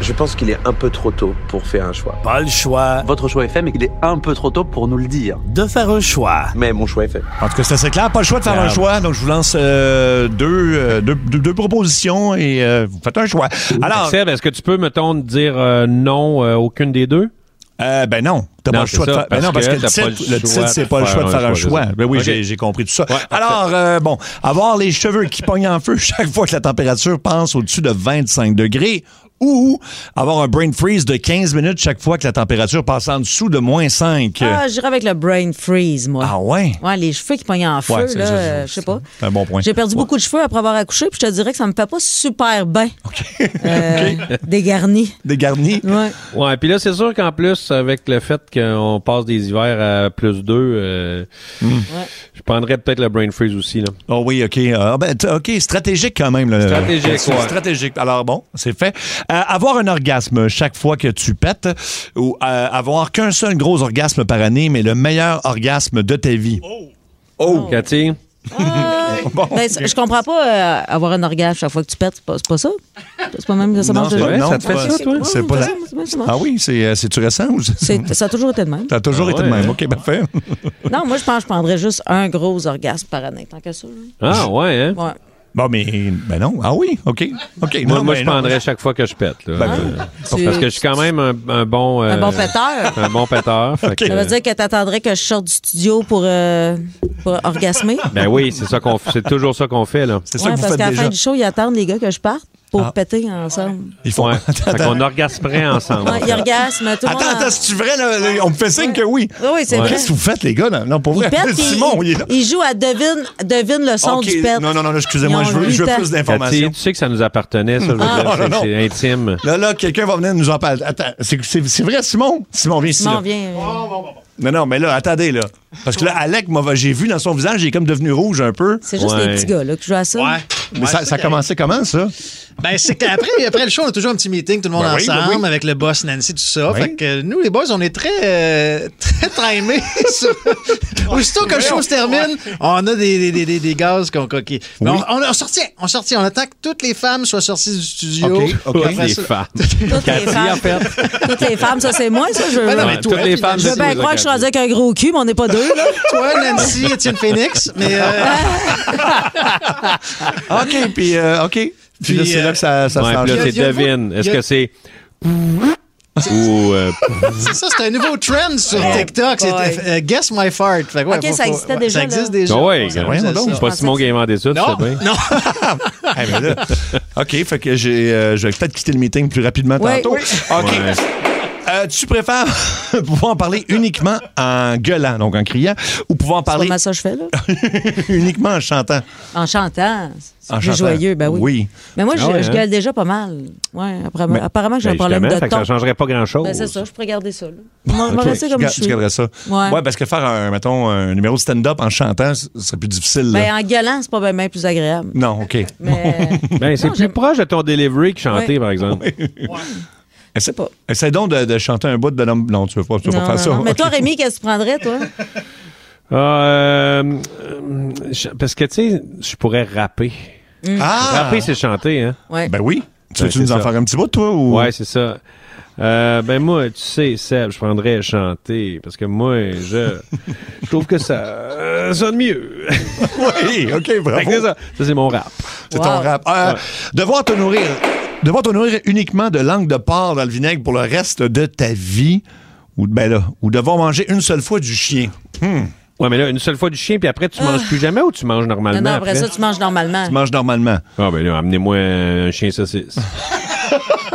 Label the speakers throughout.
Speaker 1: Je pense qu'il est un peu trop tôt pour faire un choix.
Speaker 2: Pas le choix
Speaker 1: Bah, Votre choix est fait, mais il est un peu trop tôt pour nous le dire.
Speaker 2: de faire un choix.
Speaker 1: Mais mon choix est fait.
Speaker 3: En tout cas, c'est assez clair. Pas le choix de faire un
Speaker 2: Clair.
Speaker 3: choix. Donc, je vous lance euh, deux, euh, deux, deux- deux propositions et euh, vous faites un choix. Alors,
Speaker 4: Seb, est-ce que tu peux, mettons, dire euh, non euh, aucune des deux?
Speaker 3: euh, ben non. T'as
Speaker 4: Non,
Speaker 3: pas le choix
Speaker 4: c'est
Speaker 3: de
Speaker 4: ça,
Speaker 3: faire. Ben
Speaker 4: parce
Speaker 3: non, parce
Speaker 4: que
Speaker 3: que, le
Speaker 4: t'as pas
Speaker 3: titre,
Speaker 4: le
Speaker 3: le
Speaker 4: choix
Speaker 3: titre, c'est pas le choix de faire un choix. Ben oui,
Speaker 4: Ok.
Speaker 3: j'ai- j'ai compris tout ça.
Speaker 4: parfait.
Speaker 3: Alors, euh, bon, avoir les cheveux qui pognent en feu chaque fois que la température passe au-dessus de 25 degrés ou avoir un brain freeze de 15 minutes chaque fois que la température passe en dessous de moins 5.
Speaker 5: Ah, j'irai avec le brain freeze, moi.
Speaker 3: ah ouais?
Speaker 5: Ouais, les cheveux qui pognent en feu,
Speaker 3: Ouais, c'est-
Speaker 5: là,
Speaker 3: c'est-
Speaker 5: euh, je sais pas.
Speaker 3: c'est un bon point.
Speaker 5: J'ai perdu
Speaker 3: Ouais.
Speaker 5: beaucoup de cheveux après avoir accouché, puis je te dirais que ça me fait pas super bien. Euh, Dégarni.
Speaker 3: Dégarni?
Speaker 5: Ouais.
Speaker 4: Ouais, puis là, c'est sûr qu'en plus, avec le fait qu'on passe des hivers à plus deux, euh, je prendrais peut-être le brain freeze aussi. Là.
Speaker 3: Oh oui, OK. Ah ben, t- OK, stratégique quand même. Là.
Speaker 4: Stratégique,
Speaker 3: Euh,
Speaker 4: ouais.
Speaker 3: Stratégique. Alors bon, c'est fait. Euh, avoir un orgasme chaque fois que tu pètes ou euh, avoir qu'un seul gros orgasme par année, mais le meilleur orgasme de ta vie.
Speaker 4: Oh! Cathy?
Speaker 5: Ben, c'est- Je comprends pas euh, avoir un orgasme chaque fois que tu pètes, c'est pas, c'est pas ça. C'est pas même que Oh, ça
Speaker 3: Non,
Speaker 5: marche
Speaker 3: c'est
Speaker 5: déjà.
Speaker 3: vrai,
Speaker 5: Ouais,
Speaker 3: ça te fait
Speaker 5: ouais,
Speaker 3: ça,
Speaker 5: c'est-
Speaker 3: toi?
Speaker 5: ouais,
Speaker 3: C'est pas la-
Speaker 5: ça, ça marche.
Speaker 3: Ah oui, c'est euh, c'est-tu récent ou c'est-
Speaker 5: C'est- Ça a toujours été le même.
Speaker 3: ça a
Speaker 4: Ah
Speaker 3: toujours été le même? OK, parfait.
Speaker 5: Non, moi, je pense que je prendrais juste un gros orgasme par année, tant que ça.
Speaker 4: Ah, ouais, hein?
Speaker 5: Ouais.
Speaker 3: bon, mais ben non. Ah oui, OK. OK.
Speaker 4: Moi,
Speaker 3: non,
Speaker 4: moi,
Speaker 3: ben
Speaker 4: je
Speaker 3: non.
Speaker 4: prendrais chaque fois que je pète. Là. Euh,
Speaker 5: Tu-
Speaker 4: parce que je suis quand même un, un bon... euh,
Speaker 5: Un bon péteur.
Speaker 4: Un bon péteur. fait que-
Speaker 5: Ça veut dire que t'attendrais que je sorte du studio pour, euh, pour orgasmer?
Speaker 4: Ben oui, c'est ça qu'on f- c'est toujours ça qu'on fait là.
Speaker 3: C'est ça
Speaker 5: Ouais,
Speaker 3: que vous
Speaker 5: parce
Speaker 3: faites
Speaker 5: qu'à la
Speaker 3: déjà. Ah.
Speaker 5: fin du show, ils attendent les gars que je parte pour péter ensemble.
Speaker 3: Ils font...
Speaker 4: Ouais.
Speaker 3: Attends,
Speaker 4: fait qu'on orgasmerait ensemble.
Speaker 5: Ouais,
Speaker 4: en
Speaker 5: ils
Speaker 4: fait.
Speaker 5: orgasment, tout le monde.
Speaker 3: Ah. attends, attends, c'est-tu vrai? là? là, on me fait signe que oui.
Speaker 5: euh, Oui, oui, c'est vrai.
Speaker 3: Qu'est-ce que vous faites, les gars? là? Non, pour
Speaker 5: Ils
Speaker 3: vrai.
Speaker 5: pètent, puis
Speaker 3: Simon,
Speaker 5: ils,
Speaker 3: il est là.
Speaker 5: ils jouent à devine, devine le son
Speaker 3: Ok,
Speaker 5: du pet.
Speaker 3: Non, non, non, excusez-moi,
Speaker 5: Ils
Speaker 3: je
Speaker 5: ont
Speaker 3: veux, je veux
Speaker 5: huit ans.
Speaker 3: plus
Speaker 4: Cathy,
Speaker 3: d'informations.
Speaker 4: tu sais que ça nous appartenait, ça. je veux
Speaker 3: Ah,
Speaker 4: dire,
Speaker 3: non,
Speaker 4: c'est-
Speaker 3: non.
Speaker 4: c'est intime.
Speaker 3: Là, là, quelqu'un va venir nous en parler. Attends, c'est- c'est c'est vrai, Simon? Simon, viens ici.
Speaker 5: Simon
Speaker 3: là.
Speaker 5: vient. euh,
Speaker 3: Non, non, mais là, attendez, là. Parce que là, Alec, moi, j'ai vu dans son visage, il est comme devenu rouge un peu.
Speaker 5: C'est juste
Speaker 4: Ouais.
Speaker 5: les petits gars là, qui jouent à ça.
Speaker 6: Ouais.
Speaker 3: Mais
Speaker 6: Ouais,
Speaker 3: ça,
Speaker 6: c'est
Speaker 3: ça a
Speaker 6: que-
Speaker 3: commencé comment, ça?
Speaker 6: Ben, c'est qu'après après le show, on a toujours un petit meeting, tout le monde
Speaker 3: Ben oui, ben
Speaker 6: ensemble,
Speaker 3: oui.
Speaker 6: avec le boss Nancy, tout ça.
Speaker 3: Oui.
Speaker 6: Fait que nous, les boys, on est très, euh, très timés. sur- Aussitôt que le show se termine, on a des, des, des, des, des gaz qu'on coquille. Mais
Speaker 3: Oui.
Speaker 6: on, on, on sortit, on sortit, on attend que toutes les femmes soient sorties du studio.
Speaker 3: OK, OK.
Speaker 6: Après
Speaker 4: Toutes les
Speaker 6: ça-
Speaker 4: femmes.
Speaker 5: Toutes les
Speaker 4: Cathy, en
Speaker 5: femmes.
Speaker 4: fait.
Speaker 5: Toutes les femmes, ça c'est moi, ça. Je,
Speaker 6: Ben non, mais
Speaker 4: Ouais,
Speaker 6: toi,
Speaker 4: toutes les femmes,
Speaker 5: je veux
Speaker 4: c'est
Speaker 5: bien
Speaker 4: toi,
Speaker 5: croire que je suis
Speaker 4: Cathy.
Speaker 5: rendu avec un gros cul, mais on n'est pas deux, là.
Speaker 6: Toi, Nancy, Étienne Phoenix, mais euh,
Speaker 3: OK, puis, euh, OK. Puis,
Speaker 6: Puis,
Speaker 3: là, c'est
Speaker 6: euh,
Speaker 3: là que ça, ça
Speaker 4: Ouais,
Speaker 3: se
Speaker 4: puis
Speaker 3: lâche.
Speaker 4: là, c'est
Speaker 6: Il y a- il y a-
Speaker 4: devine. Est-ce
Speaker 6: il y a-
Speaker 4: que c'est. Ou. euh,
Speaker 6: ça, c'est un nouveau trend sur TikTok. C'est
Speaker 5: boy.
Speaker 6: euh, Guess My Fart. Fait que,
Speaker 5: OK, ça existait
Speaker 6: ouais,
Speaker 5: déjà,
Speaker 6: Ça existe
Speaker 5: là.
Speaker 6: déjà.
Speaker 4: Ah ouais,
Speaker 6: Ça,
Speaker 4: voyons
Speaker 6: ça,
Speaker 3: ben donc.
Speaker 6: ça.
Speaker 4: c'est pas Simon qui a inventé ça, tu
Speaker 6: Non,
Speaker 4: sais bien.
Speaker 6: non.
Speaker 3: Ah, mais là, OK, fait que j'ai, euh, je vais peut-être quitter le meeting plus rapidement
Speaker 5: Oui,
Speaker 3: tantôt.
Speaker 5: oui.
Speaker 3: OK.
Speaker 4: Ouais.
Speaker 3: Euh, tu préfères pouvoir en parler uniquement en gueulant, donc en criant, ou pouvoir en parler
Speaker 5: Comment ça je fais, là?
Speaker 3: uniquement en chantant?
Speaker 5: En chantant. C'est
Speaker 3: En
Speaker 5: plus
Speaker 3: chantant.
Speaker 5: joyeux, ben oui.
Speaker 3: Oui.
Speaker 5: Mais moi, je,
Speaker 4: Ah ouais,
Speaker 5: je
Speaker 4: hein?
Speaker 5: gueule déjà pas mal. Ouais, apparemment,
Speaker 3: Mais-
Speaker 5: apparemment que j'ai un
Speaker 4: Ben,
Speaker 5: problème
Speaker 4: justement,
Speaker 5: de
Speaker 4: fait que ça
Speaker 5: ton.
Speaker 4: changerait pas grand-chose.
Speaker 5: Ben, c'est ça, je pourrais garder ça, là. Moi, moi, rester comme
Speaker 3: Ga-
Speaker 5: je
Speaker 3: Tu
Speaker 5: suis.
Speaker 3: Ah, garderais ça.
Speaker 5: Ouais.
Speaker 3: parce que faire un, mettons, un numéro de stand-up en chantant, ce serait plus difficile. là.
Speaker 5: Ben, en gueulant, c'est pas bien plus agréable.
Speaker 3: Non, OK.
Speaker 5: Mais
Speaker 4: Ben, c'est
Speaker 5: Non,
Speaker 4: plus
Speaker 5: j'aime-
Speaker 4: proche de ton delivery que chanter,
Speaker 5: Ouais.
Speaker 4: par exemple.
Speaker 3: Essaie,
Speaker 5: pas.
Speaker 3: essaie donc de, de chanter un bout de l'homme. Non, tu veux pas, tu veux
Speaker 5: non,
Speaker 3: pas faire
Speaker 5: non,
Speaker 3: ça.
Speaker 5: non. Mais toi,
Speaker 3: OK.
Speaker 5: Rémi, qu'est-ce que tu prendrais, toi?
Speaker 4: Ah, euh, euh, je- parce que, tu sais, je pourrais rapper.
Speaker 3: Ah!
Speaker 4: Rapper, c'est chanter, hein?
Speaker 5: Ouais.
Speaker 3: Ben oui. Tu
Speaker 4: Ben,
Speaker 3: veux-tu
Speaker 4: c'est
Speaker 3: nous en
Speaker 4: ça.
Speaker 3: faire un petit bout, toi? Ou...
Speaker 4: Ouais, c'est ça. Euh, ben moi, tu sais, Seb, je prendrais chanter parce que moi, je, je trouve que ça euh, sonne mieux.
Speaker 3: oui, OK,
Speaker 4: Fait
Speaker 3: bravo.
Speaker 4: que c'est ça, ça c'est mon rap.
Speaker 3: C'est
Speaker 5: Wow.
Speaker 3: ton rap. Euh, Devoir te nourrir. Devoir te nourrir uniquement de langue de porc dans le vinaigre pour le reste de ta vie. Ou, ben là, ou devoir manger une seule fois du chien.
Speaker 4: Ouais, mais là, une seule fois du chien, puis après, tu
Speaker 5: Ah.
Speaker 4: manges plus jamais ou tu manges normalement
Speaker 5: Non, non, après ça, tu manges normalement.
Speaker 3: Tu manges normalement.
Speaker 4: Ah ben là, amenez-moi un chien saucisse.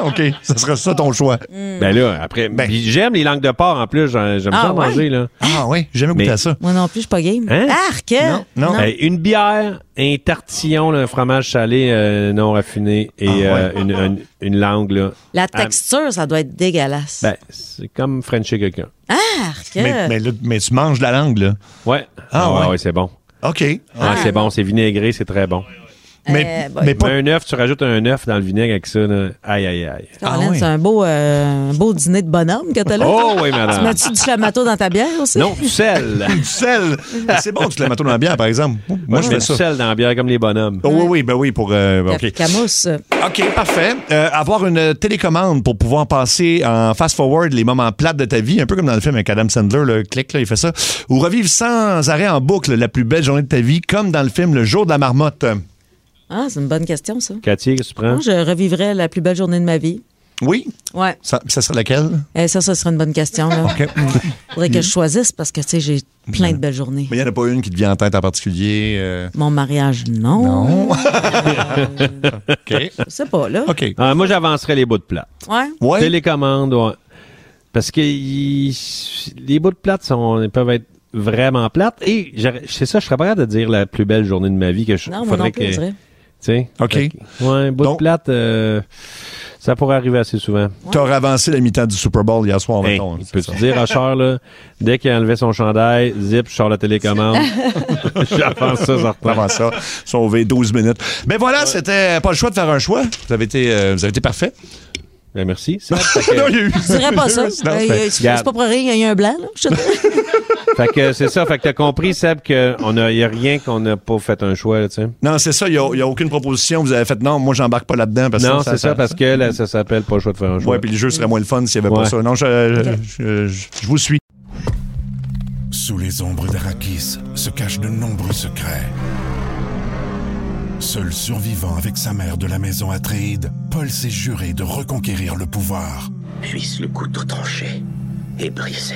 Speaker 3: OK, ça serait ça ton choix.
Speaker 5: Mm.
Speaker 4: Ben là, après.
Speaker 3: Ben.
Speaker 4: puis J'aime les langues de porc en plus, j'en- j'aime
Speaker 5: Hmm. Ah,
Speaker 4: ça en
Speaker 5: ouais?
Speaker 4: manger, là.
Speaker 3: Ah oui, j'ai jamais goûté
Speaker 4: Mais-
Speaker 3: à ça.
Speaker 5: Moi non plus, je suis pas game.
Speaker 4: Hein?
Speaker 5: Arc!
Speaker 3: Non, non.
Speaker 4: Ben, une bière, un tartillon, là, un fromage salé euh, non raffiné
Speaker 3: Ah,
Speaker 4: et euh, une, une- une langue, là.
Speaker 5: La
Speaker 3: Ben, euh,
Speaker 5: texture, ça doit être dégueulasse.
Speaker 4: Ben, c'est comme Frencher quelqu'un.
Speaker 5: Arc!
Speaker 3: Mais, mais là, mais tu manges de la langue, là.
Speaker 4: Ouais.
Speaker 3: Ah, ouais.
Speaker 4: c'est bon.
Speaker 3: OK.
Speaker 4: Ouais, c'est bon, c'est vinaigré, c'est très bon.
Speaker 3: Mais,
Speaker 5: Ah. Eh, boy.
Speaker 3: mais pas.
Speaker 4: Mais un œuf, tu rajoutes un œuf dans le vinaigre avec ça, là. Aïe, aïe, aïe.
Speaker 5: Colin,
Speaker 3: Ah ouais.
Speaker 5: c'est un beau, euh, un beau dîner de bonhomme que t'as là.
Speaker 4: Oh oui,
Speaker 5: Tu
Speaker 4: madame.
Speaker 5: mets-tu du flamato dans ta bière aussi?
Speaker 4: Non, du sel.
Speaker 3: Du sel. C'est bon, tu te la mets dans la bière, par exemple. Moi,
Speaker 4: Moi,
Speaker 3: je
Speaker 4: je mets
Speaker 3: fais
Speaker 4: du
Speaker 3: ça.
Speaker 4: sel dans la bière comme les bonhommes.
Speaker 3: Oh, oui, oui, ben oui, pour. euh,
Speaker 5: La
Speaker 3: OK.
Speaker 5: Camus.
Speaker 3: OK, parfait. Euh, avoir une télécommande pour pouvoir passer en fast-forward les moments plates de ta vie, un peu comme dans le film avec Adam Sandler, le clic, là, il fait ça. Ou revivre sans arrêt en boucle la plus belle journée de ta vie, comme dans le film Le jour de la marmotte.
Speaker 5: Ah, c'est une bonne question,
Speaker 3: Hein?
Speaker 5: ça.
Speaker 4: Cathy, qu'est-ce que tu prends?
Speaker 5: Moi, je revivrais la plus belle journée de ma vie.
Speaker 3: Oui?
Speaker 5: Ouais.
Speaker 3: Ça, ça serait laquelle?
Speaker 5: Eh, ça, ça serait une bonne question. Là.
Speaker 3: OK. Mais
Speaker 5: Faudrait que je choisisse parce que, tu sais, j'ai plein de belles journées.
Speaker 3: il n'y en a pas une qui te vient en tête en particulier. euh,
Speaker 5: Mon mariage, non.
Speaker 3: Non. OK.
Speaker 5: Je sais pas, là.
Speaker 3: OK.
Speaker 4: Ah, moi, j'avancerais les bouts de plate.
Speaker 5: Ouais.
Speaker 3: Ouais.
Speaker 4: Télécommande, ouais. Parce que y- les bouts de plate sont, ils peuvent être vraiment plates. Et j'aurais- c'est ça, je serais pas capable de dire la plus belle journée de ma vie que je
Speaker 5: Non, moi
Speaker 4: faudrait
Speaker 5: non plus,
Speaker 4: que-
Speaker 5: on dirait.
Speaker 4: Tu sais?
Speaker 3: OK.
Speaker 4: Fait que- Ouais, bout
Speaker 3: Donc-
Speaker 4: de plate, euh, ça pourrait arriver assez souvent.
Speaker 3: T'aurais avancé la mi-temps du Super Bowl hier soir,
Speaker 4: Hey,
Speaker 3: mettons. hein, C'est
Speaker 4: Peux-tu
Speaker 3: ça.
Speaker 4: dire à Charles, là, dès qu'il a enlevé son chandail, zip, je sors la télécommande. J'avance ça, ça reprend.
Speaker 3: Avant ça, sauver 12 minutes. Mais voilà, c'était pas le choix de faire un choix. Vous avez été, euh, vous avez été parfait.
Speaker 4: Ben, merci. Seb.
Speaker 3: Non, il y a eu-
Speaker 5: Je dirais pas ça.
Speaker 3: Non,
Speaker 5: Euh,
Speaker 3: c'est-
Speaker 5: euh, C'est c'est pas pour rien, il y a eu un blanc, là. Je te dirais.
Speaker 4: fait que c'est ça. Fait que t'as compris, Seb, qu'on a, y a rien qu'on n'a pas fait un choix, là, tu sais.
Speaker 3: Non, c'est ça, il n'y a, aucune proposition. Vous avez fait non, moi, j'embarque pas là-dedans. parce que
Speaker 4: Non, c'est ça, parce que là, ça s'appelle pas le choix de faire un choix.
Speaker 3: Ouais, puis le jeu serait moins le fun s'il n'y avait pas
Speaker 4: Ouais.
Speaker 3: ça. Non, je, je- je- je vous suis.
Speaker 7: Sous les ombres d'Arakis se cachent de nombreux secrets. Seul survivant avec sa mère de la maison Atréide, Paul s'est juré de reconquérir le pouvoir,
Speaker 8: puisse le couteau tranché et brisé.